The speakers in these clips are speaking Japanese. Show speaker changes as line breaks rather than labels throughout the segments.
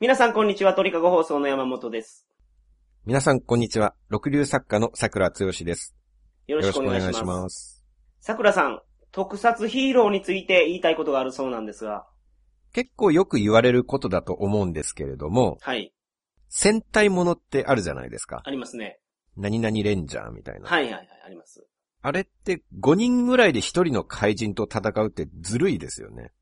皆さんこんにちは、鳥かご放送の山本です。
皆さん、こんにちは。六流作家の桜剛です。
よ
よ
ろ
ろ
し
し
く
く
お
お
願い
願い
し
し
ま。
ますす。
さくらさん、特撮ヒーローについて言いたいことがあるそうなんですが、
結構よく言われることだと思うんですけれども、
はい、
戦隊ものってあるじゃないですか。
ありますね。
何々レンジャーみたいな。
はいはいはい、あります。
あれって5人ぐらいで1人の怪人と戦うってずるいですよね。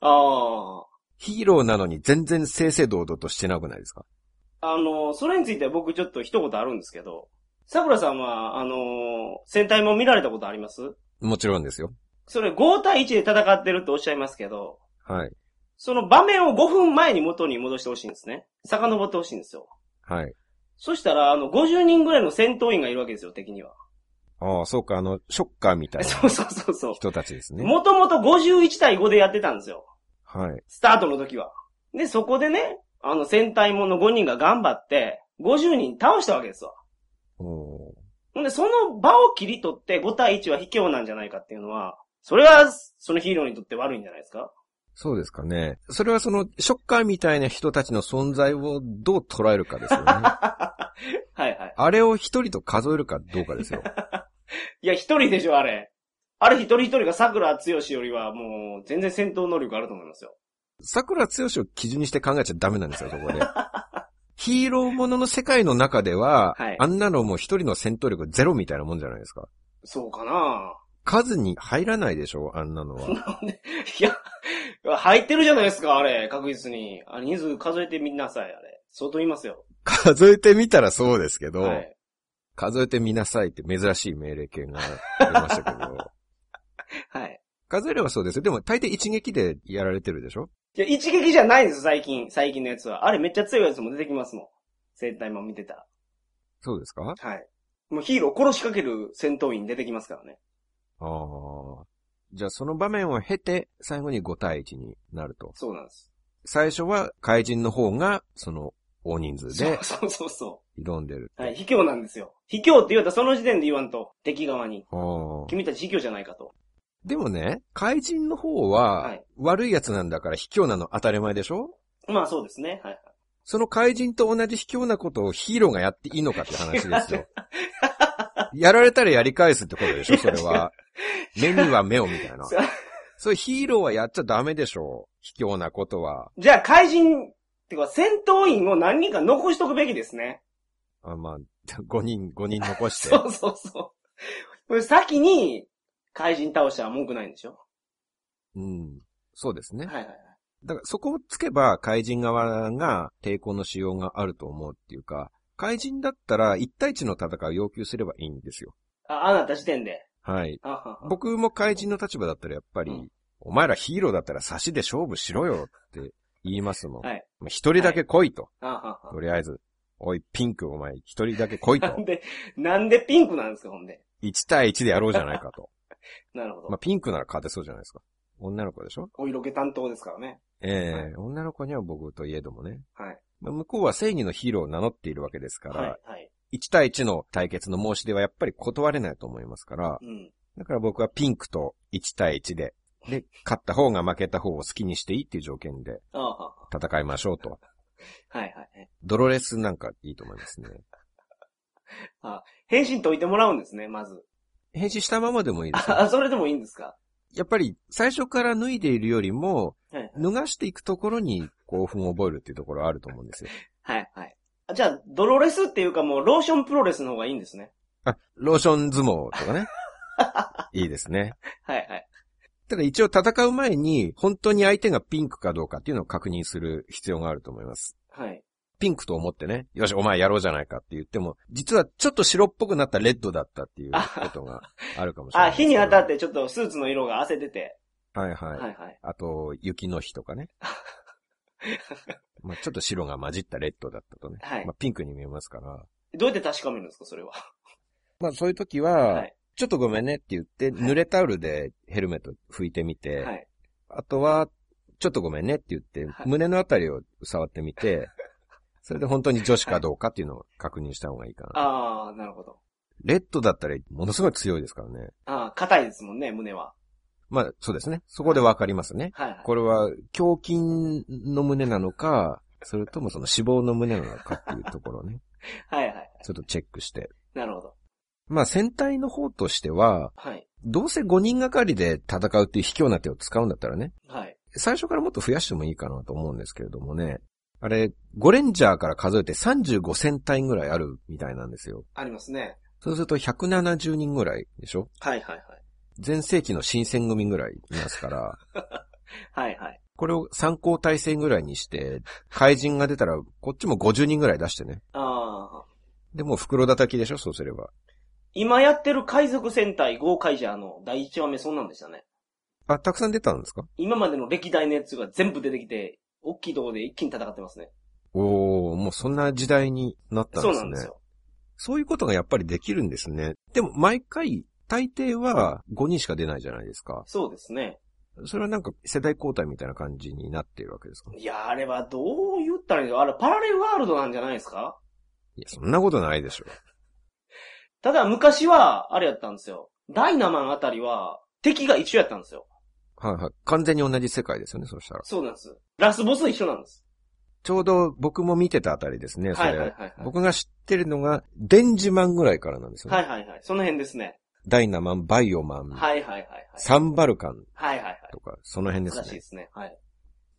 あ
ヒーローなのに全然正々堂々としてなくないですか
あ、あの、それについては僕ちょっと一言あるんですけど、さくらさんは、あの、戦隊も見られたことあります
もちろんですよ。
それ5対1で戦ってるっておっしゃいますけど、
はい。
その場面を5分前に元に戻してほしいんですね。遡ってほしいんですよ。
はい。
そしたら、あの、50人ぐらいの戦闘員がいるわけですよ、敵には。
ああ、そうか、あの、ショッカーみたい
そう
な
そうそうそう。
人たちです ね。
もともと51対5でやってたんですよ。
はい。
スタートの時は。で、そこでね、あの戦隊もの5人が頑張って、50人倒したわけですわ。
おー
ほんで、その場を切り取って5対1は卑怯なんじゃないかっていうのは、それは、そのヒーローにとって悪いんじゃないですか
そうですかね。それはその、ショッカーみたいな人たちの存在をどう捉えるかですよね。
はいはい。
あれを一人と数えるかどうかですよ。
いや、一人でしょ、あれ。あれ一人一人が桜強しよりは、もう、全然戦闘能力あると思いますよ。
桜強しを基準にして考えちゃダメなんですよ、そこで。ヒーローものの世界の中では、
はい
あんなのもう一人の戦闘力ゼロみたいなもんじゃないですか。
そうかな
数に入らないでしょ、あんな のは。
いや、入ってるじゃないですか、あれ。確実に。あ人数数えてみなさい、あれ。相当いますよ。
数えてみたらそうですけど、
はい。
数えてみなさいって珍しい命令形が出ましたけど、
はい。
数えればそうですよ。でも大抵一撃でやられてるでしょ
いや、一撃じゃないんですよ、最近。最近のやつは。あれめっちゃ強いやつも出てきますもん。戦隊も見てたら。
そうですか
はい。もうヒーロー殺しかける戦闘員出てきますからね。
ああ。じゃあその場面を経て、最後に5対1になると。
そうなんです。
最初は怪人の方が、その、大人数で
そうそうそうそ
挑んでる。
う。はい、卑怯なんですよ。卑怯って言うたらその時点で言わんと。敵側に。
あー
君たち卑怯じゃないかと。
でもね、怪人の方
は、
はい悪い奴なんだから卑怯なの当たり前でしょ
まあそうですね。はい。
その怪人と同じ卑怯なことをヒーローがやっていいのかって話で すよ。やられたらやり返すってことでしょそれ は。目には目をみたいな。
そう
それヒーローはやっちゃダメでしょ卑怯なことは。
じゃあ怪人、ってか戦闘員を何人か残しとくべきですね。
あまあ、5人、5人残して。
そうそうそう。これ先に怪人倒したら文句ないんでしょ
うん。そうですね
はい。はいはい。
だからそこをつけば怪人側が抵抗のしようがあると思うっていうか、怪人だったら1対1の戦いを要求すればいいんですよ。
あ、あなた時点で。
はい。
あはは
僕も怪人の立場だったらやっぱり、
うん
お前らヒーローだったら差しで勝負しろよって言いますもん。
はい
まあ一人だけ来いと。
あはは
とりあえず、おいピンクお前一人だけ来い
な
と
ん。で、なんでピンクなんですか、ほんで。
1対1でやろうじゃないかと。
なるほど。
まあピンクなら勝てそうじゃないですか。女の子でしょ
お色気担当ですからね。
ええ
はい
女の子には僕といえどもね。
はい。
まあ向こうは正義のヒーローを名乗っているわけですから、
はい。はい。
1対1の対決の申し出はやっぱり断れないと思いますから、
うん。
だから僕はピンクと1対1で、で、勝った方が負けた方を好きにしていいっていう条件で
ああは
戦いましょうと。
あ、はいはい。
ドロレスなんかいいと思いますね。
返信解いてもらうんですね、まず。
返事したままでもいいです よ。
あ、それでもいいんですか
やっぱり最初から脱いでいるよりも、
はい
脱がしていくところに興奮を覚えるっていうところはあると思うんですよ。
はいはい。あじゃあ、ドロレスっていうかもう、ローションプロレスの方がいいんですね。
あ、ローション相撲と かね。いいですね。
はいはい。
ただ一応戦う前に本当に相手がピンクかどうかっていうのを確認する必要があると思います。
はい。
ピンクと思ってね、よし、お前やろうじゃないかって言っても、実はちょっと白っぽくなったレッドだったっていうことがあるかもしれない
あ、
ですけ
火
ど。
に当たってちょっとスーツの色が焦ってて。
はいはい。
はいはい。
あと、雪の日と かね。まあちょっと白が混じったレッドだったとね。
はい
まあピンクに見えますから。
どうやって確かめるんですか、それは。
まあそういう時
は
は、
い。
ちょっとごめんねって言って、濡れタオルでヘルメット拭いてみて、
はい。
あとは、ちょっとごめんねって言って
は、い
胸のあたりを触ってみ て、それで本当に女子かどうかっていうのを確認した方がいいかな。
ああ、なるほど。
レッドだったらものすごい強いですからね。
ああ、硬いですもんね、胸は。
まあ、そうですね。そこでわかりますね。
はいはい。
これは、胸筋の胸なのか、それともその脂肪の胸なのかっていうところをね、
はいはいはい。
ちょっとチェックして。
なるほど。
まあ、戦隊の方としては、
はい。
どうせ5人がかりで戦うっていう卑怯な手を使うんだったらね、
はい。
最初からもっと増やしてもいいかなと思うんですけれどもね、あれ、5レンジャーから数えて35戦隊ぐらいあるみたいなんですよ。
ありますね。
そうすると170人ぐらいでしょ
はいはいはい。
前世紀の新選組ぐらいいますから、
はいはい。
これを参考体制ぐらいにして、怪人が出たら、こっちも50人ぐらい出してね。
ああ。
で、もう袋叩きでしょそうすれば。
今やってる海賊戦隊ゴーカイジャーの第1話目そんなんでしたね。
あ、たくさん出たんですか
今までの歴代のやつが全部出てきて、大きいところで一気に戦ってますね。
おー、もうそんな時代になったん
そう
で
な
す
ん
ね。
です
そう
よ。
いうことがやっぱりできるんですね。でも、毎回、大抵は5人しか出ないじゃないですか。
そうですね。
それはなんか世代交代みたいな感じになっているわけですか
いや、あれはどう言ったらいいのあれ、パラレルワールドなんじゃないですか
いや、そんなことないでしょ。
ただ、昔は、あれやったんですよ。ダイナマンあたりは、敵が一緒やったんですよ。
はいはい。完全に同じ世界ですよね、そしたら。
そうなんです。ラスボス一緒なんです。
ちょうど僕も見てたあたりですね、そ
は
れ。
いはいはいはい。
僕が知ってるのが、デンジマンぐらいからなんですよね。
はいはいはい。その辺ですね。
ダイナマン、バイオマン、
はいはいはいはい。
サンバルカン
はいはいはい。
とか、その辺です
難しい
ね
で。すね。はい。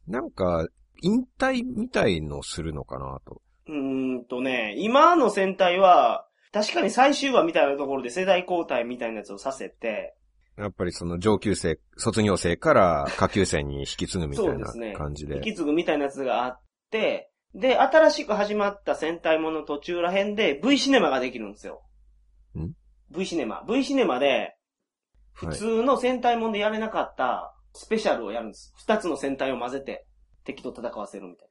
なんか、引退みたいのするのかなと。
うーんとね、今の戦隊は、確かに最終話みたいなところで世代交代みたいなやつをさせて、
やっぱりその上級生、卒業生から下級生に引き継ぐみたい
そうで
な
すね
感じで。
引き継ぐみたいなやつがあって、で、新しく始まった戦隊もの途中ら辺で V シネマができるんですよ。
ん
?V シネマ。V シネマで、普通の戦隊もんでやれなかったスペシャルをやるんです。二つの戦隊を混ぜて敵と戦わせるみたい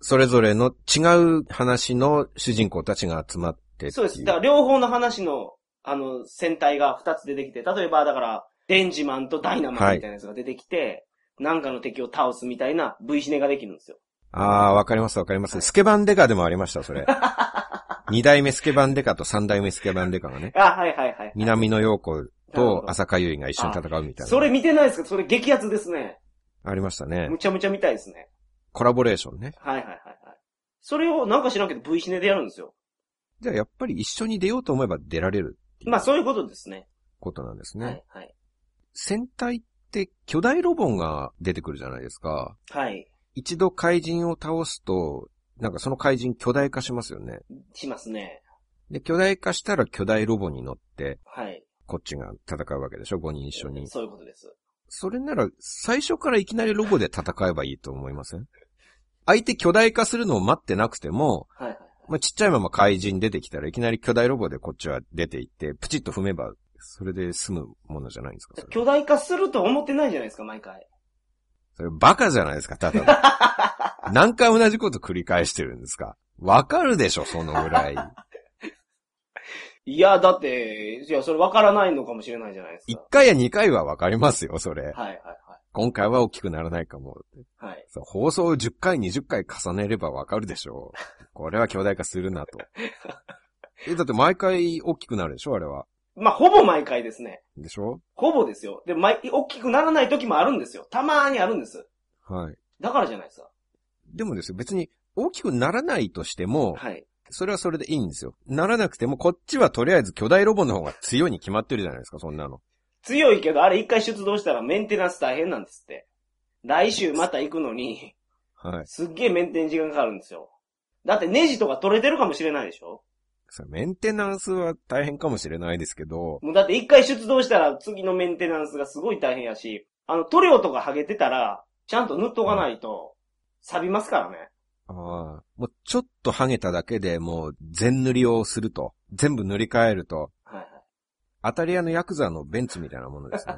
それぞれの違う話の主人公たちが集まってってい
な。そうです。だから両方の話の、あの、戦隊が二つ出てきて、例えばだから、デンジマンとダイナマンみたいなやつが出てきて、なんかの敵を倒すみたいな V シネができるんですよ。
あー、わかりますわかりま
は
す。
い
スケバンデカでもありました、 それ。二代目スケバンデカと三代目スケバンデカがね。
あ、はいはいはい。
南野陽子
なるほ
と
ど
浅香唯が一緒に戦うみたいな。
それ見てないですかそれ激アツですね。
ありましたね。
むちゃむちゃ見たいですね。
コラボレーションね。
はいはいはいはい。それをなんか知らんけど V シネでやるんですよ。
じゃあやっぱり一緒に出ようと思えば出られるってい
まあ
う
そういうことですね。
ことなんですね。
はいはい。
戦隊って巨大ロボンが出てくるじゃないですか。
はい。
一度怪人を倒すと、なんかその怪人巨大化しますよね。
しますね。
で、巨大化したら巨大ロボに乗って、
はい。
こっちが戦うわけでしょ ?5 人一緒に。
そういうことです。
それなら、最初からいきなりロボで戦えばいいと思いません相手巨大化するのを待ってなくても、
はいはい。
まあ、ちっちゃいまま怪人出てきたらいきなり巨大ロボでこっちは出ていって、プチッと踏めば、それで済むものじゃないんですかそれ
巨大化すると思ってないじゃないですか、毎回。
それバカじゃないですか、ただの。何回同じこと繰り返してるんですか。わかるでしょ、そのぐらい。
いや、だって、いや、それ分からないのかもしれないじゃないです
一
か。
回や二回はわかりますよ、それ。
はいはい
今回は大きくならないかも。
はい。はい。
そう放送を10回、20回重ねればわかるでしょう。これは巨大化するなと。え、だって毎回大きくなるでしょ、あれは。
まあ、ほぼ毎回ですね。
でしょ
ほぼですよ。で、毎、大きくならない時もあるんですよ。たまーにあるんです。
はい。
だからじゃないですか。
でもですよ、別に大きくならないとしても、
はい。
それはそれでいいんですよ。ならなくても、こっちはとりあえず巨大ロボの方が強いに決まってるじゃないですか、そんなの。
強いけど、あれ一回出動したらメンテナンス大変なんですって。来週また行くのに、
はい。
すっげえメンテに時間かかるんですよ。だってネジとか取れてるかもしれないでしょ
それメンテナンスは大変かもしれないですけど、
もうだって一回出動したら次のメンテナンスがすごい大変やし、あの塗料とか剥げてたら、ちゃんと塗っとかないと、錆びますからね。
ああ、もうちょっとハゲただけでもう全塗りをすると、全部塗り替えると、
はいはい。
当たり屋のヤクザのベンツみたいなものですね。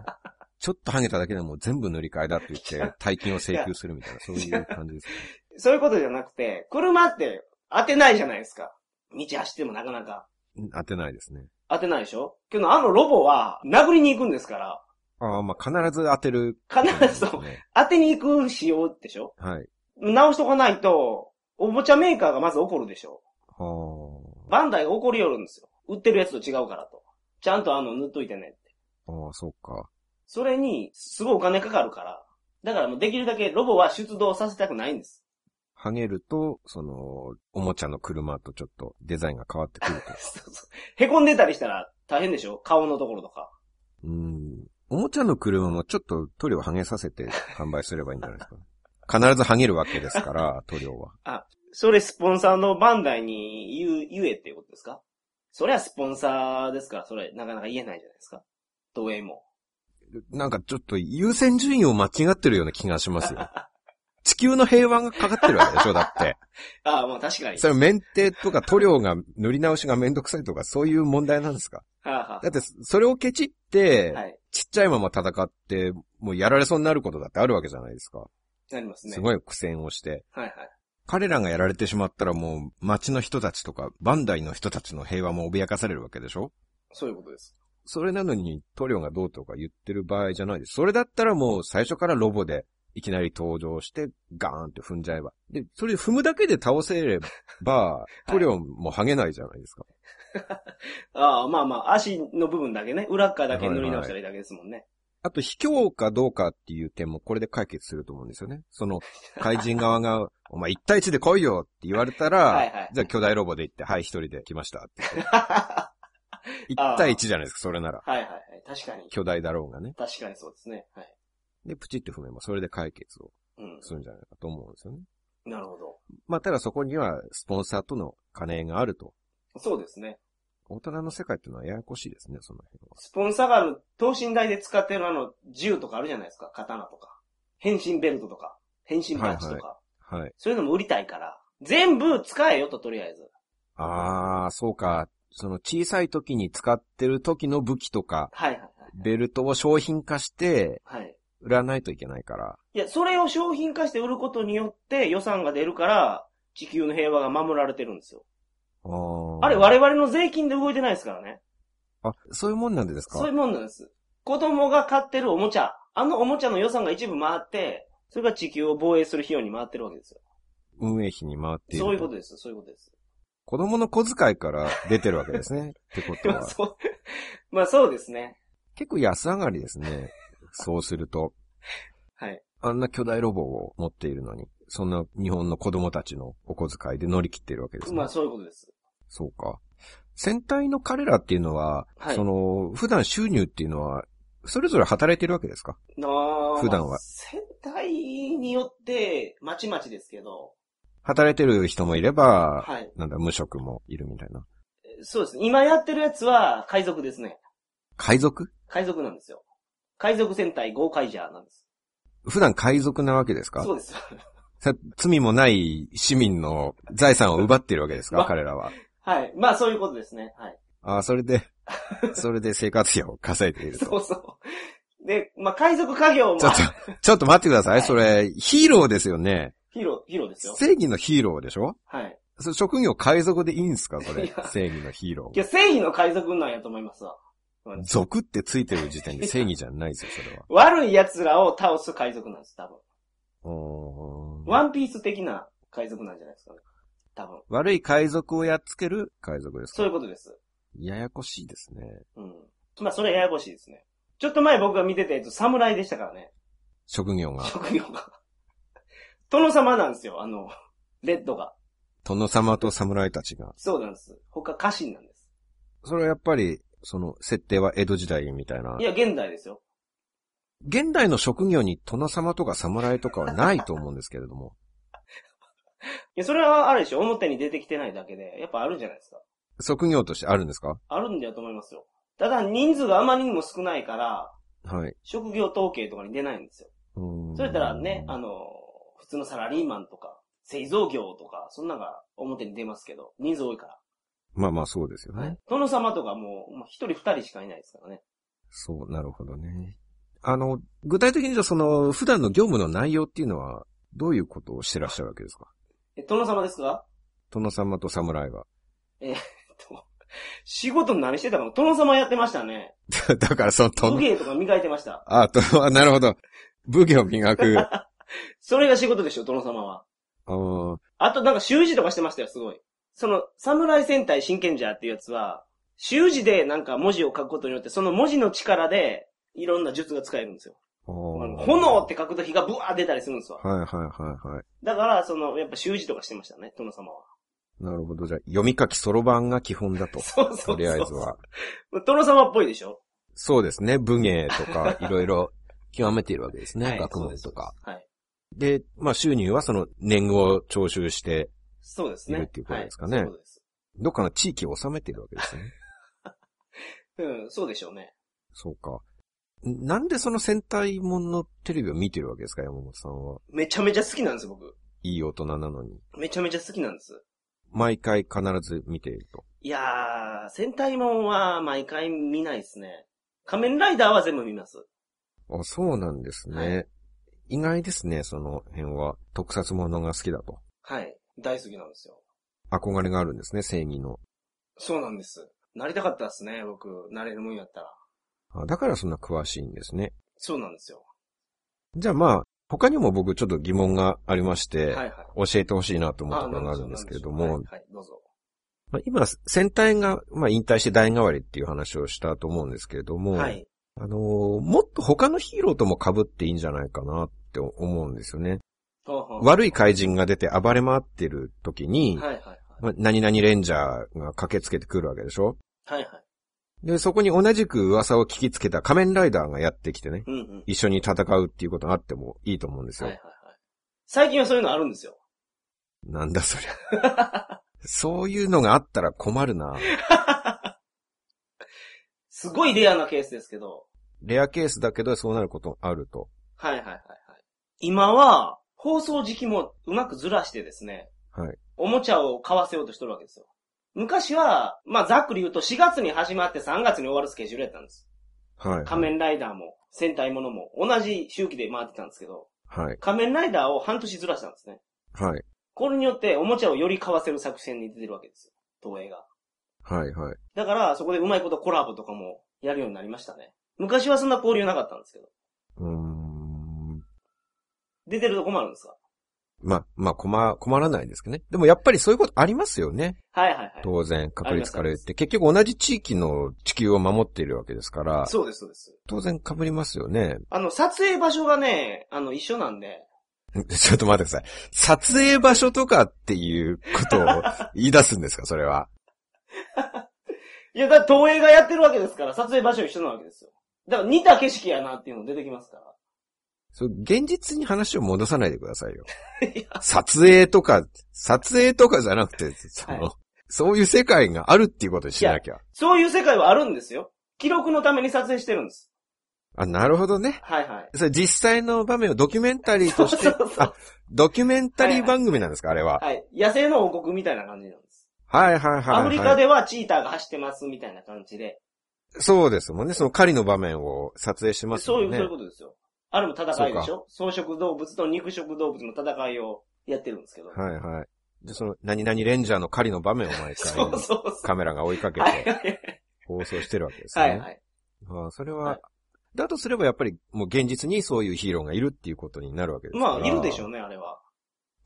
ちょっとハゲただけでもう全部塗り替えだって言って、大金を請求するみたいな、そういう感じですね。
そういうことじゃなくて、車って当てないじゃないですか。道走ってもなかなか
うん当てないですね。
当てないでしょけどあのロボは殴りに行くんですから、
ああ、まあ必ず当てる、
必ずそう
ね。
当てに行く仕様でしょ
はい。
直しとかないと、おもちゃメーカーがまず怒るでしょ
はあ
バンダイが怒りよるんですよ。売ってるやつと違うからと。ちゃんとあの塗っといてねって。
ああ、そうか。
それに、すごいお金かかるから。だからもうできるだけロボは出動させたくないんです。
ハゲると、その、おもちゃの車とちょっとデザインが変わってくると。
そうそうへこんでたりしたら大変でしょ顔のところとか。
うん。おもちゃの車もちょっと塗料ハゲさせて販売すればいいんじゃないですか。必ずハゲるわけですから、塗料は。
それスポンサーのバンダイに言う、言えっていうことですかそれはスポンサーですから、それなかなか言えないじゃないですか。東映も。
なんかちょっと優先順位を間違ってるような気がしますよ。 地球の平和がかかってるわけでしょだって。
ああ、まあ確かに。
それ免停とか塗料が塗り直しがめんどくさいとかそういう問題なんですか
はあは
だってそれをケチって、
あ、はい。
ちっちゃいまま戦って、もうやられそうになることだってあるわけじゃないですか。
なりますね。
すごい苦戦をして。
はいはい。
彼らがやられてしまったらもう街の人たちとかバンダイの人たちの平和も脅かされるわけでしょ
そういうことです。
それなのに塗料がどうとか言ってる場合じゃないです。それだったらもう最初からロボでいきなり登場してガーンって踏んじゃえば。で、それ踏むだけで倒せれば、
い
塗料も剥げないじゃないですか。
ああ、まあまあ、足の部分だけね、裏っ側だけ塗り直したらいいだけですもんね。
あと、卑怯かどうかっていう点もこれで解決すると思うんですよね。その、怪人側が、お前一対一で来いよって言われたら、
はいはい
じゃあ巨大ロボで行って、はい、一人で来ましたって 言って。
は
一対一じゃないですか、それなら。
いはいはい。確かに。
巨大だろうがね。
確かにそうですね。はい。
で、プチって踏めば、それで解決を
うん。
するんじゃないかと思うんですよね。
なるほど。
まあ、ただそこには、スポンサーとの兼ね合いがあると。
そうですね。
大人の世界っていうのはややこしいですね、その辺は。
スポンサーがある、等身大で使ってるあの、銃とかあるじゃないですか。刀とか。変身ベルトとか。変身パンチとか。
はいはい。
そういうのも売りたいから。全部使えよと、とりあえず。
あー、そうか。その小さい時に使ってる時の武器とか、
はいはい
ベルトを商品化して、
はい。はい。
売らないといけないから。
いや、それを商品化して売ることによって予算が出るから、地球の平和が守られてるんですよ。
あー
あれ我々の税金で動いてないですからね。
あ、そういうもんなんですか
そういうもんなんです。子供が買ってるおもちゃ、あのおもちゃの予算が一部回って、それが地球を防衛する費用に回ってるわけですよ。
運営費に回っている。
そういうことです、そういうことです。
子供の小遣いから出てるわけですね。ってこと
まあ
は。
そう、まあそうですね。
結構安上がりですね。そうすると。
はい。
あんな巨大ロボを持っているのに、そんな日本の子供たちのお小遣いで乗り切っているわけですね。
まあそういうことです。
そうか。戦隊の彼らっていうのは、
はい
その、普段収入っていうのは、それぞれ働いてるわけですか
なあ
普段は
まあ戦隊によって、まちまちですけど、
働いてる人もいれば、
はい。
なんだ、無職もいるみたいな。
そうですね。今やってるやつは海賊ですね。
海賊
海賊なんですよ。海賊戦隊ゴーカイジャーなんです。
普段海賊なわけですか
そうです。
さ罪もない市民の財産を奪っているわけですか
わ
彼らは。
はい。まあそういうことですね。はい。
ああ、それで、それで生活費を稼いでいると。
そうそう。で、まあ、海賊家業も、
ちょっと、ちょっと待ってくださ。
はいい
それ、ヒーローですよね。
ヒロ、ヒロですよ。
正義のヒーローでしょ
はい。
それ職業海賊でいいんですかそ
い
れ
や。
正義のヒーロ
いや、正義の海賊なんやと思いますわ。
ー。族ってついてる時点で正義じゃないですよ、それは。
悪い奴らを倒す海賊なんです、多分。
うーん
ワンピース的な海賊なんじゃないですかね。多分。
悪い海賊をやっつける海賊ですか
そういうことです。
ややこしいですね。
うん。まあ、それややこしいですね。ちょっと前僕が見てたやつ、侍でしたからね。
職業が。
職業が。殿様なんですよ、あの、レッドが。
殿様と侍たちが。
そうなんです。他家臣なんです。。
それはやっぱり、その、設定は江戸時代みたいない
や、現代ですよ。
現代の職業に殿様とか侍とかはないと思うんですけれども。
いや、それはあるでしょ。表に出てきてないだけで、やっぱあるんじゃないですか。
職業としてあるんですか
あるんだと思いますよ。ただ人数があまりにも少ないから、
はい。
職業統計とかに出ないんですよ。そ
そ
れたらね、あの、普通のサラリーマンとか、製造業とか、そんなんが表に出ますけど、人数多いか
まあまあそうですよ
ら。
ね。
殿様とかもう、まあ一人二人しかいないですからね。
そう、なるほどね。あの、具体的にじゃあその、普段の業務の内容っていうのは、どういうことをしてらっしゃるわけですか
え、殿様ですか
殿様と侍が。
えっと仕事何してたかな殿様やってましたね。
だからその
武
殿、
芸とか磨いてました。
あ、と、あなるほど。武芸を磨く。あ
それが仕事でしょ、殿様は。
ー
あとなんか習字とかしてましたよ、すごい。その、侍戦隊真剣者っていうやつは、習字でなんか文字を書くことによって、その文字の力で、いろんな術が使えるんですよ。あの炎
炎
って書くと火がブワー出たりするんですわ。
はいはいはいはい。
だから、その、やっぱ習字とかしてましたね、殿様は。
なるほど。じゃあ、読み書きそろばんが基本だと。
そうそうそう。
とりあえずは。。
殿様っぽいでしょ
そうですね。武芸と か、いろいろ極めているわけですね。
はい
学問とか。
はい。
で、まあ収入はその年貢を徴収して、
そうですね。
いるっていうことですかね
はいそういうことです。
どっかの地域を治めているわけですね。
うん、そうでしょうね。
そうか。なんでその戦隊もののテレビを見てるわけですか、山本さんは。
めちゃめちゃ好きなんです、僕。
いい大人なのに。
めちゃめちゃ好きなんです。
毎回必ず見ていると。
いやー、戦隊もんは毎回見ないですね。仮面ライダーは全部見ます。
あ、そうなんですね。
は
意外ですね、その辺は。特撮ものが好きだと。
はい。大好きなんですよ。
憧れがあるんですね、正義の。
そうなんです。なりたかったですね、僕。なれるもんやったら。
あだからそんな詳しいんですね。
そうなんですよ。
じゃあまあ、他にも僕ちょっと疑問がありまして、
はいはい。
教えてほしいなと思うところがあるんですけれど
あな
も
んで、しょうなんでしょうはい、はいどうぞ。
まあ、今、戦隊が、まあ、引退して代替わりっていう話をしたと思うんですけれども、
はい。
あのーもっと他のヒーローとも被っていいんじゃないかなって思うんですよね。
ほうほう
悪い怪人が出て暴れ回ってる時に、
はいはいはい。
まあ何々レンジャーが駆けつけてくるわけでしょ
はいはい。
で、そこに同じく噂を聞きつけた仮面ライダーがやってきてね、
うんうん。
一緒に戦うっていうことがあってもいいと思うんです
はい
よ。
はいはい。最近はそういうのあるんですよ。
なんだそりゃ。 そういうのがあったら困るな。
すごいレアなケースですけど。
レアケースだけどそうなることあると。
はいはいはいはい。今は、放送時期もうまくずらしてですね。
はい。
おもちゃを買わせようとしてるわけですよ。昔は、まあざっくり言うと4月に始まって3月に終わるスケジュールやったんです。
はい。
仮面ライダーも、戦隊ものも、同じ周期で回ってたんですけど、
はい。
仮面ライダーを半年ずらしたんですね。
はい。
これによっておもちゃをより買わせる作戦に出てるわけですよ。東映が。
はい。はい。
だから、そこでうまいことコラボとかもやるようになりましたね。昔はそんな交流なかったんですけど。
うーん。
出てると困るんですか
まあ、まあ、困、困らないですけどね。でもやっぱりそういうことありますよね。
はいはいはい。
当然、確率から
あり
言
ま
っ
す
て。結局同じ地域の地球を守っているわけですから、
そうですそうです。
当然被りますよね。
あの、撮影場所がね、あの、一緒なんで。
ちょっと待ってください。撮影場所とかっていうことを言い出すんですか、それは。
いや、だから東映がやってるわけですから、撮影場所一緒なわけですよ。だから似た景色やなっていうの出てきますから。
そう、現実に話を戻さないでくださ いよ
い。
撮影とか、撮影とかじゃなくて、その、
はい
そういう世界があるっていうことにしなきゃ。
そういう世界はあるんですよ。記録のために撮影してるんです。
あ、なるほどね。
はいはい。
それ実際の場面をドキュメンタリーとして、
そうそうそう
あ、ドキュメンタリー番組なんですか、あれは。
はい。野生の王国みたいな感じなんです。
はいはいはい、はい。
アフリカではチーターが走ってますみたいな感じで。
そうですもんね。その狩りの場面を撮影してます
そ
も
うい
ん
う、
ね。
そういうことですよ。あれも戦いでしょ草食動物と肉食動物の戦いをやってるんですけど。
はいはい。で、その、何々レンジャーの狩りの場面を毎
そうそう
回、
そう。
カメラが追いかけ
はい
て
はい
放送してるわけです
は
ね。
いはい。
ああそれは、
はい
だとすればやっぱりもう現実にそういうヒーローがいるっていうことになるわけですから。
まあ、いるでしょ
う。
うね、あれは。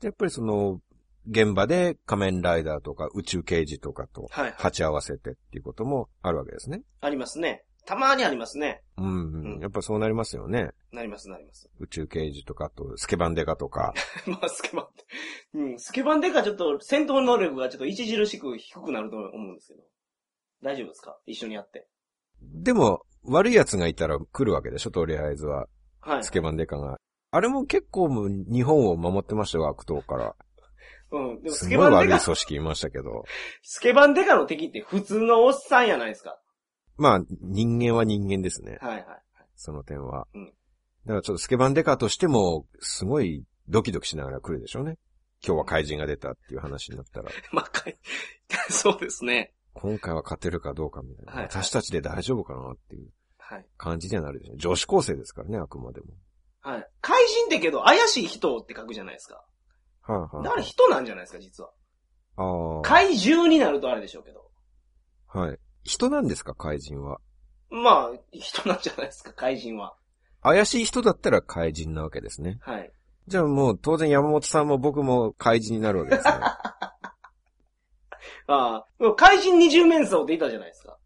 やっぱりその、現場で仮面ライダーとか宇宙刑事とかと
はいはい。
鉢合わせてっていうこともあるわけですね。
ありますね。たまにありますね。
うん、
う
うんん。やっぱそうなりますよね。
なります、なります。
宇宙刑事とか、あと、スケバンデカとか。
まあ、スケバン。うん、スケバンデカちょっと戦闘能力がちょっと著しく低くなると思うんですけど。大丈夫ですか一緒にやって。
でも、悪い奴がいたら来るわけでしょ、とりあえずは。
はい
ス。ケバンデカが。あれも結構もう日本を守ってましたよ、悪党から。
うん。でもス
すご
ケ
い
バン
悪
デ
い
カ
組、織いましたけど。
スケバンデカの敵って普通のおっさんやないですか。
まあ、人間は人間ですね。
はい はい。
その点は。
うん
だからちょっとスケバンデカとしても、すごいドキドキしながら来るでしょうね。今日は怪人が出たっていう話になったら、
まあ、かい そうですね。
今回は勝てるかどうかみたいな。
はい
私たちで大丈夫かなっていう
はい。
感じにはなるでしょう。女子高生ですからね、あくまでも。
はい。怪人ってけど、怪しい人って書くじゃないですか。
はい
だ
はい。
から人なんじゃないですか、実は。
ああ。
怪獣になるとあれでしょうけど。
はい。人なんですか、怪人は。
まあ、人なんじゃないですか、怪人は。
怪しい人だったら怪人なわけですね。
はい。
じゃあもう当然山本さんも僕も怪人になるわけで すね。
ああ、怪人二十面相っていたじゃないですか。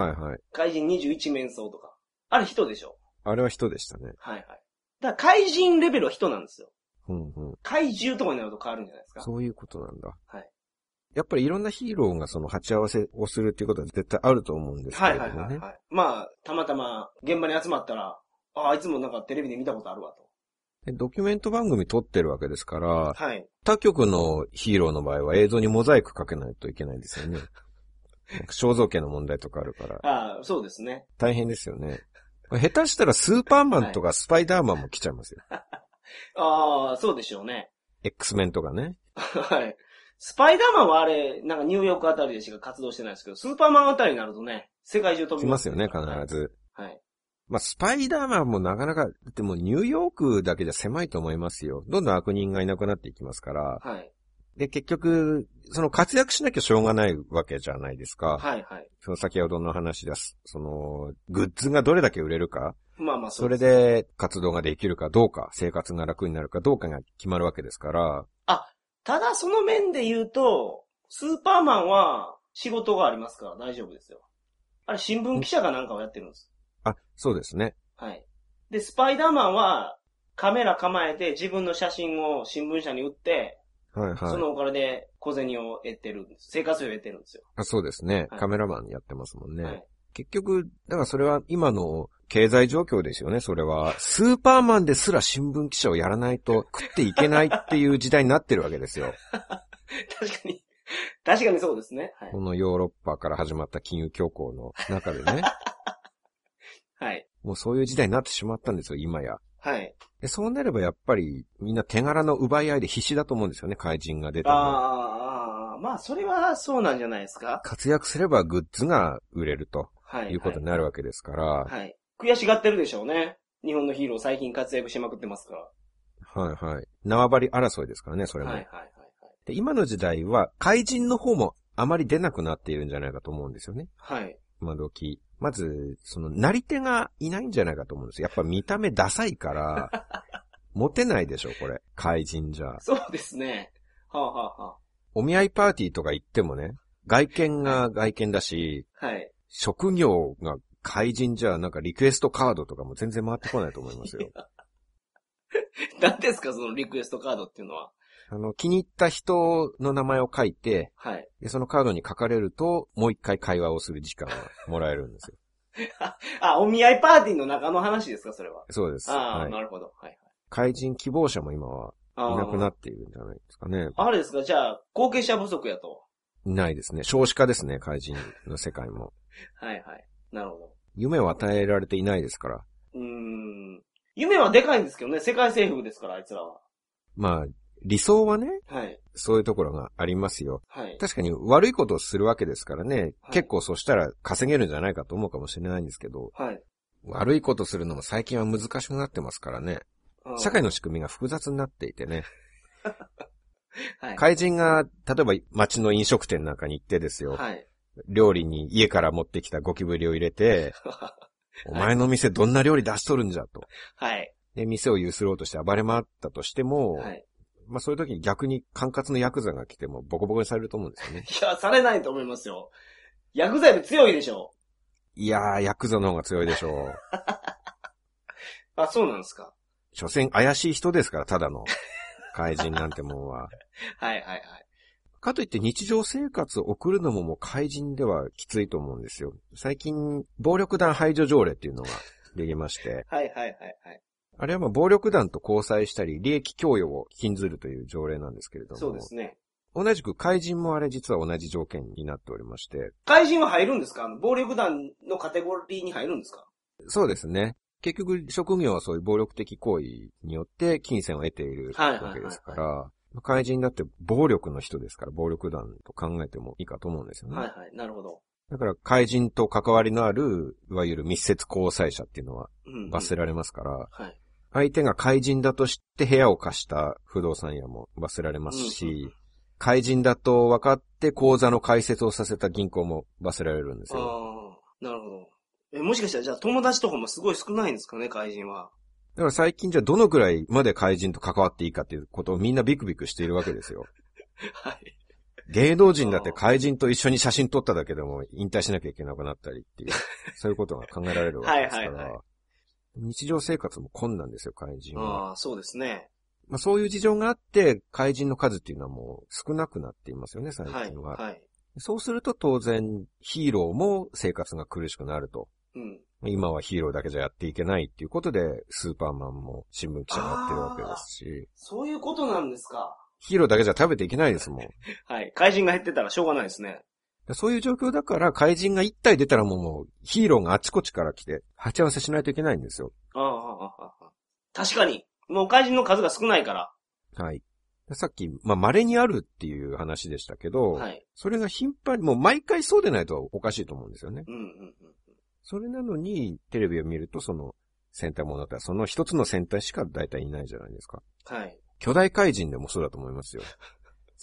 はいはい。
怪人二十一面相とか。あれ人でしょ
あれは人でしたね。
はいはい。だから怪人レベルは人なんですよ。
うんうん。
怪獣とかになると変わるんじゃないですか。
そういうことなんだ。
はい。
やっぱりいろんなヒーローがその鉢合わせをするっていうことは絶対あると思うんですけ
は
れ
い
ど
はい
も
はい、
ね。
はい。まあ、たまたま現場に集まったら、ああ、いつもなんかテレビで見たことあるわと。
でドキュメント番組撮ってるわけですから、
はい。
他局のヒーローの場合は映像にモザイクかけないといけないで すよね。なんか肖像権の問題とかあるから、
ああ、そうですね。
大変ですよね。下手したらスーパーマンとかスパイダーマンも来ちゃいますよ。
ああ、そうでしょうね。
X メンとかね。
はい。スパイダーマンはあれ、なんかニューヨークあたりでしか活動してないですけど、スーパーマンあたりになるとね、世界中飛
来
び
ますよね、必ず。
はい。はい。
まあ、スパイダーマンもなかなか、でもうニューヨークだけじゃ狭いと思いますよ。どんどん悪人がいなくなっていきますから。
はい。
で、結局、その活躍しなきゃしょうがないわけじゃないですか。
はい。はい。
その先ほどの話です。その、グッズがどれだけ売れるか、
まあまあ
そ
そう
れ
です。
で活動ができるかどうか、生活が楽になるかどうかが決まるわけですから。
ただその面で言うと、スーパーマンは仕事がありますから大丈夫ですよ。あれ、新聞記者かなんかをやってるんです。
あ、そうですね。
はい。で、スパイダーマンは、カメラ構えて自分の写真を新聞社に売って、
はい
そ
はい。
のお金で小銭を得てるんです。生活費を得てるんですよ。
あそうですね
は。い
カメラマンやってますもんね。
はい
結局、だからそれは今の経済状況ですよね、それは。スーパーマンですら新聞記者をやらないと食っていけないっていう時代になってるわけですよ。
確かに。確かにそうですね。はい
こ。のヨーロッパから始まった金融恐慌の中 でね。
はい。
もうそういう時代になってしまったんですよ、今や。
はい。
でそうなればやっぱりみんな手柄の奪い合いで必死だと思うんですよね、怪人が出ても。
ああ、まあ、それはそうなんじゃないですか。
活躍すればグッズが売れると
はい。
いうことになるわけですから。
はい。はい。悔しがってるでしょうね。日本のヒーロー最近活躍しまくってますから。
はいはい。縄張り争いですからね、それも。
はいはいはい
で今の時代は怪人の方もあまり出なくなっているんじゃないかと思うんですよね。
はい。はい。
今時。まず、その、なり手がいないんじゃないかと思うんですよ。やっぱ見た目ダサいから、モテないでしょ、これ。怪人じゃ。
そうですね。はあ、はあは
お見合いパーティーとか行ってもね、外見が外見だし、
あ、はい。
職業が怪人じゃ、なんかリクエストカードとかも全然回ってこないと思いますよ。
何ですか、そのリクエストカードっていうのは。
あの、気に入った人の名前を書いて、
はい。
でそのカードに書かれると、もう一回会話をする時間がもらえるんですよ。
あ、お見合いパーティーの中の話ですか、それは。
そうです。
ああ、
はい
なるほど。はい。
怪人希望者も今は
あー
いなくなっているんじゃないですかね。
あれですか、じゃあ、後継者不足やと。
いないですね。少子化ですね、怪人の世界も。
はいはい。なるほど。
夢を与えられていないですから。
うーん。夢はでかいんですけどね、世界征服ですから、あいつらは。
まあ、理想はね、
はい。
そういうところがありますよ。
はい。
確かに悪いことをするわけですからね、
はい
結構そしたら稼げるんじゃないかと思うかもしれないんですけど、
はい。
悪いことするのも最近は難しくなってますからね。
うん
社会の仕組みが複雑になっていてね。
はい。
怪人が、例えば街の飲食店なんかに行ってですよ。
はい。
料理に家から持ってきたゴキブリを入れ て、お前の店どんな料理出しとるんじゃと。
はい。
で、店をゆすろうとして暴れ回ったとしても、
はい。
まあそういう時に逆に管轄のヤクザが来てもボコボコにされると思うんですよね。
いや、されないと思いますよ。薬剤も強いでしょ
いやー、ヤクザの方が強いで しょう。
あ、そうなんですか。
所詮怪しい人ですから、ただの。怪人なんてもんは。
はいはいはい。
かといって日常生活を送るのももう怪人ではきついと思うんですよ。最近、暴力団排除条例っていうのができまして、
はいはいはいはい。
あれはまあ暴力団と交際したり、利益供与を禁ずるという条例なんですけれども、
そうですね。
同じく怪人もあれ実は同じ条件になっておりまして、
怪人は入るんですかあの暴力団のカテゴリーに入るんですか
そうですね。結局、職業はそういう暴力的行為によって金銭を得ている
はいはいはい
わけですから、怪人だって暴力の人ですから、暴力団と考えてもいいかと思うんですよね。
はいはい。なるほど。
だから、怪人と関わりのある、いわゆる密接交際者っていうのは
うんうん、
罰せられますから、
はい。
相手が怪人だと知って部屋を貸した不動産屋も罰せられますし、
うんうんうん
怪人だと分かって口座の開設をさせた銀行も罰せられるんです
ああ
よ。
ー、なるほど。え、もしかしたらじゃあ友達とかもすごい少ないんですかね、怪人は。
だから最近じゃあどのくらいまで怪人と関わっていいかっていうことをみんなビクビクしているわけで すよ。
はい。
芸能人だって怪人と一緒に写真撮っ ただけでも引退しなきゃいけなくなったりっていう、そういうことが考えられるわけですから。
はいはいは
日常生活も困難ですよ、怪人は。
ああ、そうですね。
まあ、そういう事情があって、怪人の数っていうのはもう少なくなっていますよね、最
はい。
近は。
はい。
そうすると当然、ヒーローも生活が苦しくなると。
うん。
今はヒーローだけじゃやっていけないっていうことで、スーパーマンも新聞記者になってるわけですし、
そういうことなんですか。
ヒーローだけじゃ食べていけないですもん。
はい。怪人が減ってたらしょうがないですね。
そういう状況だから、怪人が一体出たらもうもう、ヒーローがあちこちから来て、鉢合わせしないといけないんですよ。
ああ、ああ、ああ。確かに。もう怪人の数が少ないから。
はい。さっき、まあ、稀にあるっていう話でしたけど、
はい。
それが頻繁に、もう毎回そうでないとおかしいと思うんですよね。
うん、うん、うん。
それなのに、テレビを見ると、その、戦隊ものだったら、その一つの戦隊しか大体いないじゃないですか。
はい。
巨大怪人でもそうだと思います よ。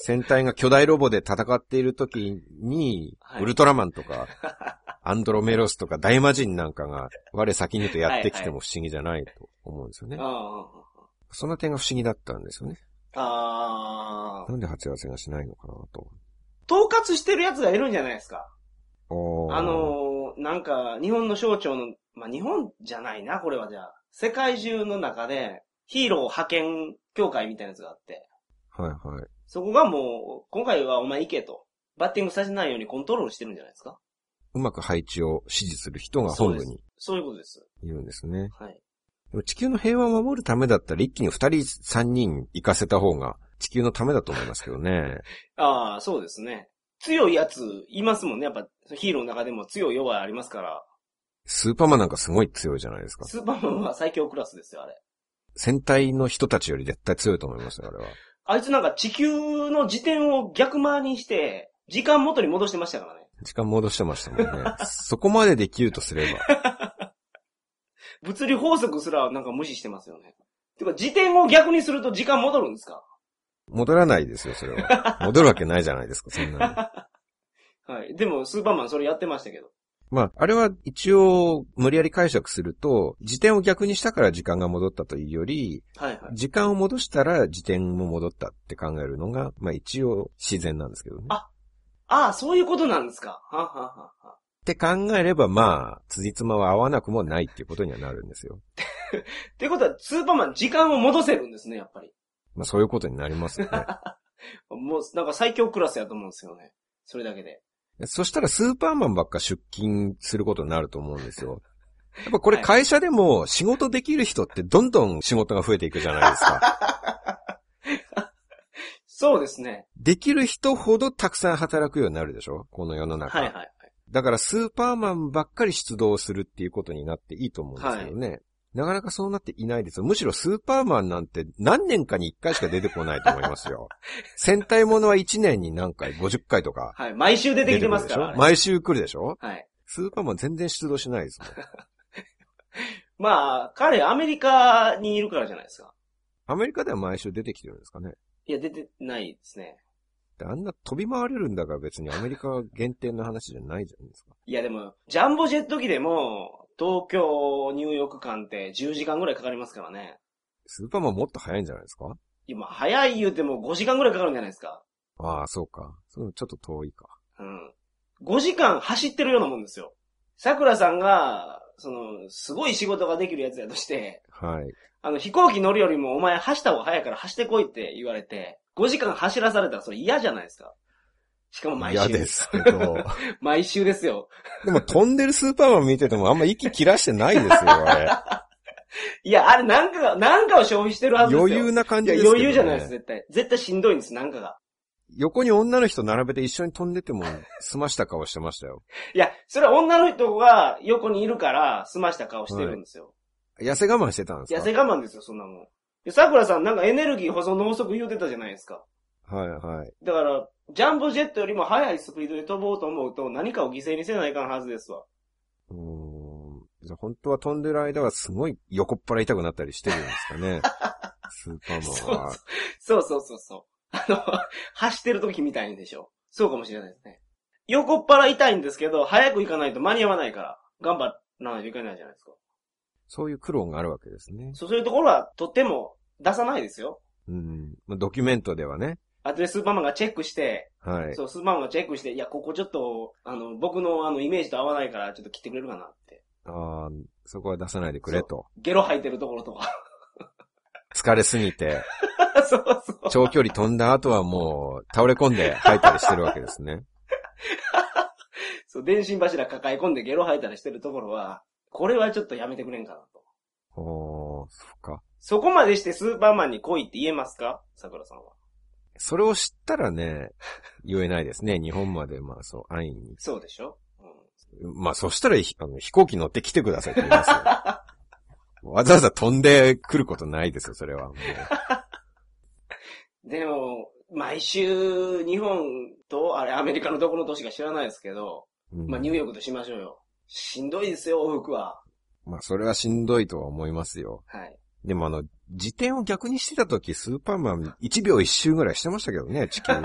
戦隊が巨大ロボで戦っている時に、
はい
ウルトラマンと か、アンドロメロスとか大魔人なんかが、我先にとやってきても不思議じゃないと思うんですよね。
ああ、ああ。
その点が不思議だったんですよね。
ああ
なんで鉢合わせがしないのかなと。
統括してるやつがいるんじゃないですか。
おー
あ、のーなんか、日本の省庁の、まあ、日本じゃないな、これはじゃあ。世界中の中で、ヒーロー派遣協会みたいなやつがあって、
はいはい。
そこがもう、今回はお前行けと。バッティングさせないようにコントロールしてるんじゃないですか。
うまく配置を指示する人が本部に
そういうことです。
いるんですね。
はい。
でも地球の平和を守るためだったら一気に二人三人行かせた方が地球のためだと思いますけどね。
ああ、そうですね。強いやつ、いますもんね。やっぱ、ヒーローの中でも強い弱いありますから。
スーパーマンなんかすごい強いじゃないですか。
スーパーマンは最強クラスですよ、あれ。
戦隊の人たちより絶対強いと思いますよ、あれは。
あいつなんか地球の時点を逆回りにして、時間元に戻してましたからね。
時間戻してましたもんね。そこまでできるとすれば。
物理法則すらなんか無視してますよね。てか、時点を逆にすると時間戻るんですか
戻らないですよ、それは。戻るわけないじゃないですか、そんなの。
はい。でも、スーパーマンそれやってましたけど。
まあ、あれは一応無理やり解釈すると、時点を逆にしたから時間が戻ったというより、
はいはい。
時間を戻したら時点も戻ったって考えるのが、まあ一応自然なんですけどね。
あああ、そういうことなんですか。はあはあはあはあ
って考えれば、まあ、辻褄は合わなくもないっていうことにはなるんですよ。
ってことは、スーパーマン時間を戻せるんですね、やっぱり。
まあそういうことになりますよね。
もう、なんか最強クラスやと思うんですよね。それだけで。
そしたらスーパーマンばっか出勤することになると思うんですよ。やっぱこれ
はい
会社でも仕事できる人ってどんどん仕事が増えていくじゃないで すか。
そうですね。
できる人ほどたくさん働くようになるでしょこの世の中。
はいはいはい。
だからスーパーマンばっかり出動するっていうことになっていいと思うんですけどね。なかなかそうなっていないですよ。むしろスーパーマンなんて何年かに1回しか出てこないと思いますよ。戦隊ものは1年に何回、50回とか
はい。毎週出
出
てき
てく
て
る
ま
ですし
か
ょ
ら。あれ
毎週来るでしょ
はい。
スーパーマン全然出動しないですもん。
まあ、彼、アメリカにいるからじゃないですか。
アメリカでは毎週出てきてるんですかね。
いや、出てないですね。
であんな飛び回れるんだから別にアメリカ限定の話じゃないじゃないですか。
いやでも、ジャンボジェット機でも、東京、ニューヨーク間って10時間ぐらいかかりますからね。
スーパーマンもっと早いんじゃないですか
今、早い言うても5時間ぐらいかかるんじゃないですか。
ああ、そうか。そういうのちょっと遠いか。
うん。5時間走ってるようなもんですよ。桜さんが、その、すごい仕事ができるやつやとして、
はい。
あの、飛行機乗るよりもお前走った方が早いから走ってこいって言われて、5時間走らされたらそれ嫌じゃないですか。しかも毎週。
嫌ですけど。
毎週ですよ。
でも飛んでるスーパーマン見ててもあんま息切らしてないですよ、 あ
いや、あれなんかが、なんかを消費してるはず
れ。
ですよ。
余裕な感
い
じ
や
ですけど、ね。
余裕じゃないです、絶対。絶対しんどいんです、なんかが。
横に女の人並べて一緒に飛んでても、済ました顔してましたよ。
いや、それは女の人が横にいるから、済ました顔してるんですよ。
痩せ我慢してたんです
痩
か
せ我慢ですよ、そんなもん。で桜さんなんかエネルギー保存の法則言うてたじゃないですか。
はいはい。
だから、ジャンボジェットよりも速いスピードで飛ぼうと思うと何かを犠牲にせないかんはずですわ。
うーん。じゃあ本当は飛んでる間はすごい横っ腹痛くなったりしてるんですか ね。スーパーマンは。
そうそうそうそう。あの、 走ってる時みたいにでしょ。そうかもしれないですね。横っ腹痛いんですけど、早く行かないと間に合わないから、頑張らないといけないじゃないですか。
そういう苦労があるわけですね。
そうそういうところはとっても出さないですよ。
うん。まあ、ドキュメントではね。
あとでスーパーマンがチェックして、
はい。
そう、スーパーマンがチェックして、いや、ここちょっと、あの、僕のあの、イメージと合わないから、ちょっと切ってくれるかなって。
ああ、そこは出さないでくれと。
ゲロ吐いてるところとか。
疲れすぎて、
そうそう。
長距離飛んだ後はもう倒れ込んで吐いたりしてるわけですね。
そう、電信柱抱え込んでゲロ吐いたりしてるところは、これはちょっとやめてくれんかなと。
おー、そっか。
そこまでしてスーパーマンに来いって言えますか桜さんは。
それを知ったらね、 言えないですね。日本まで、まあそう、安易に。
そうでしょ、うん、
まあそしたらひあの、飛行機乗って来てくださいって言います よ。わざわざ飛んで来ることないですよ、それは。もう
でも、毎週、日本と、あれ、アメリカのどこの都市か知らないですけど、
うん
まあ、ニューヨークとしましょうよ。しんどいですよ、往復は。
まあそれはしんどいとは思いますよ。
はい。
でもあの、自転を逆にしてた時、スーパーマン1秒1周ぐらいしてましたけどね、地球を。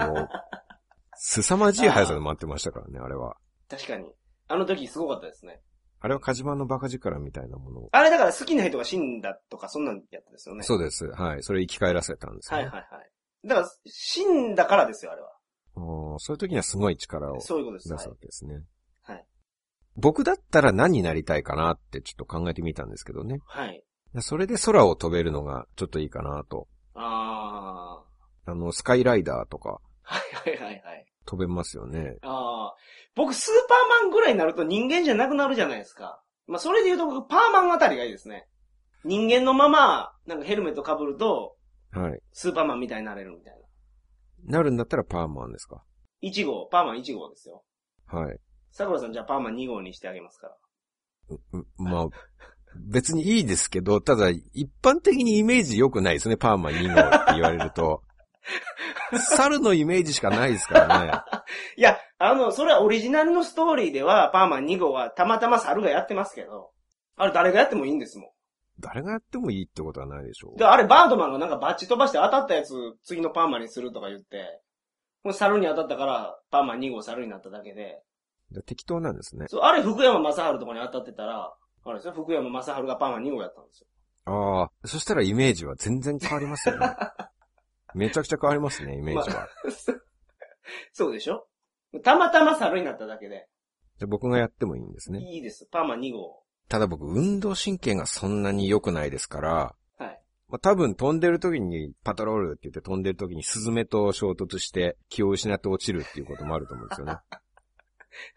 凄まじい速さで回ってましたからね、あれは。
確かに。あの時すごかったですね。
あれはカジマのバカ力みたいなものを。
あれだから好きな人が死んだとか、そんなんやったですよね。
そうです。はい。それ生き返らせたんですよ、
は
ね。
いはいはい。だから、死んだからですよ、あれは。
おーそういう時にはすごい力を出す
そういうことです。
わ
はい
けですね。
はい
僕だったら何になりたいかなってちょっと考えてみたんですけどね。
はい。
それで空を飛べるのがちょっといいかなと。
あ
あの、スカイライダーとか
あ。はいはいはいはい。
飛べますよね。
ああ。僕、スーパーマンぐらいになると人間じゃなくなるじゃないですか。まあ、それで言うと僕、パーマンあたりがいいですね。人間のまま、なんかヘルメット被ると、
はい。
スーパーマンみたいになれるみたいな。
なるんだったらパーマンですか。
1号、パーマン1号ですよ。
はい。
桜さんじゃあパーマン2号にしてあげますから。
うまあ、別にいいですけど、ただ、一般的にイメージ良くないですね、パーマ2号って言われ ると。猿のイメージしかないですからね。
いや、あの、それはオリジナルのストーリーでは、パーマン2号はたまたま猿がやってますけど、あれ誰がやってもいいんですも
誰がやってもいいってことはないでしょ
ん。で、あれバードマンがなんかバッチ飛ばして当たったやつ、次のパーマンにするとか言って、もう猿に当たったから、パーマン2号猿になっただけで、
う。適当なんですね。
そう、あれ福山雅治とかに当たってたら、あれですよ、福山雅治がパーマン2号やったんですよ。
ああ、そしたらイメージは全然変わりま すよね。めちゃくちゃ変わりますね、イメージは。
そうでしょたまたま猿になっただけで、
じゃあ僕がやってもいいんですね。
いいです、パーマン2号。
ただ僕、運動神経がそんなに良くないですから、
はい。
まあ、多分飛んでる時にパトロールって言って飛んでる時にスズメと衝突して気を失って落ちるっていうこともあると思うんです よね。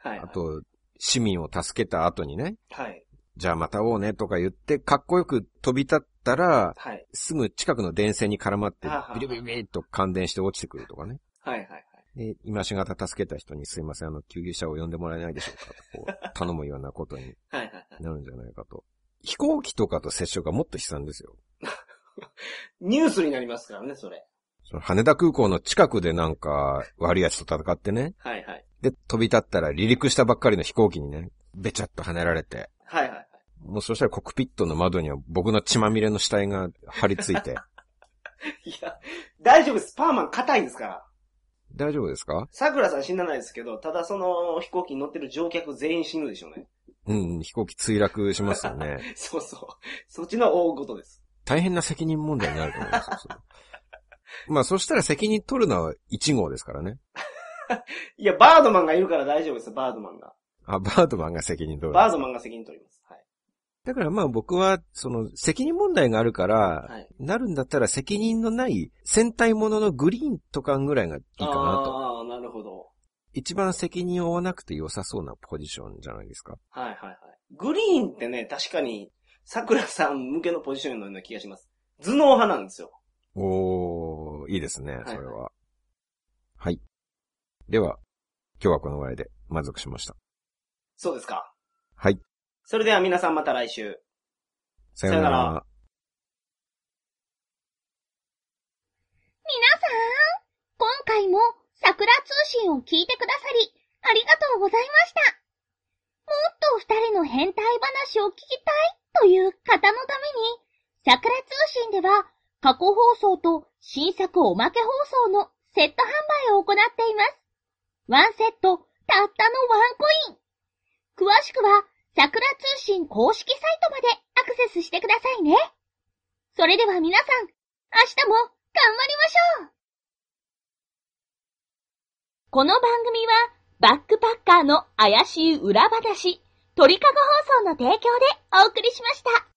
はい。
あと、市民を助けた後にね、
はい。
じゃあまた会おうねとか言って、かっこよく飛び立ったら、
はい。
すぐ近くの電線に絡まって
はあはあ、
ビリビリビリっと感電して落ちてくるとかね。
はい。はい。
で、今しがた助けた人にすいません、あの、救急車を呼んでもらえないでしょうかと、こう、頼むようなことに
はい。はい。はい。
なるんじゃないかと。飛行機とかと接触がもっと悲惨ですよ。
ニュースになりますからね、それ。
その羽田空港の近くでなんか、悪い奴と戦ってね。
はい。はい。
で、飛び立ったら離陸したばっかりの飛行機にね、べちゃっと跳ねられて。
はい。はい。
もうそしたらコックピットの窓には僕の血まみれの死体が張り付いて。
いや、大丈夫です。パーマン硬いですから。
大丈夫ですか
桜さん死なないですけど、ただその飛行機に乗ってる乗客全員死ぬでしょうね。
うん、飛行機墜落しますよね。
そうそう。そっちの大事です。
大変な責任問題になると思いますよそれまあそしたら責任取るのは1号ですからね。
いや、バードマンがいるから大丈夫です、バードマンが。
あ、バードマンが責任取る。
バードマンが責任取ります。はい。
だからまあ僕は、その責任問題があるから、
はい
なるんだったら責任のない戦隊もののグリーンとかぐらいがいいかなと。
ああ、なるほど。
一番責任を負わなくて良さそうなポジションじゃないですか。
はいはいはい。グリーンってね、確かに、桜さん向けのポジションのような気がします。頭脳派なんですよ。
おー、いいですね
い、
それは。はい。では、今日はこのぐらいで満足しました。
そうですか。
はい。
それでは皆さんまた来週。
さよ
さよう
うな
な
ら。
皆さん、今回も桜通信を聞いてくださり、ありがとうございました。もっと二人の変態話を聞きたいという方のために、桜通信では過去放送と新作おまけ放送のセット販売を行っています。ワンセット、たったのワンコイン。詳しくは桜通信公式サイトまでアクセスしてくださいね。それでは皆さん、明日も頑張りましょうこの番組は、バックパッカーの怪しい裏話、鳥かご放送の提供でお送りしました。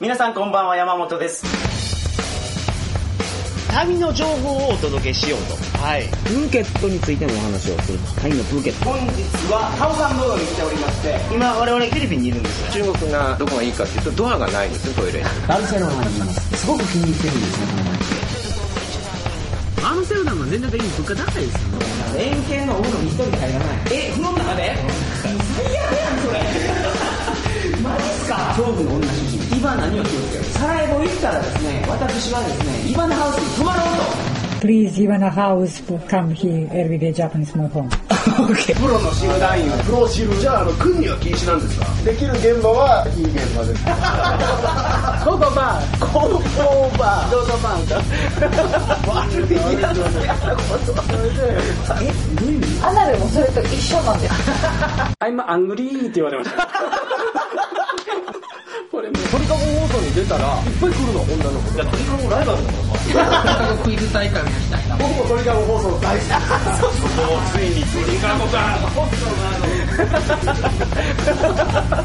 皆さんこんばんは、山本です。
旅の情報をお届けしようと。はい。プーケットについてのお話をすると。タイのプーケット。
本日は、タオカンブーに来ておりまして、
今、我々フィリピンにいるんですよ。
中国がどこがいいかっていうと、ドアがないんですよ、トイレに。
バルセロナにいます。すごく気に入ってるんですね、この街。バルセロナも全然的に物価高いですよね。
円形のお風呂に一人入らない。え、この中で最悪やん、それ。マジっすか恐怖の女主人、イバナには気をつける。サラエボ行ったらですね、私はですね、イバナハウスに泊まろうと。
Please, Ivana House, to come here every day, Japanese small home.
プロの集団員は
プロシルじゃああの訓には禁止なんですかできる現場はいい現場です
ココバー
オーバ
どうぞバー
アイマアングリーって言われました。
鳥かご放送に出たらいっぱい来るの女の子いや鳥かごライバルなの鳥かごクイズ大会をやりたいな僕も鳥かご放送大好き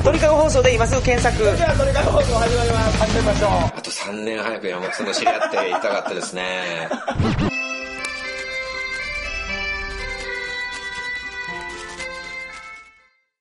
鳥かご放送で今すぐ検索。
あと3年早く山本さんと知り合っていたかったですね。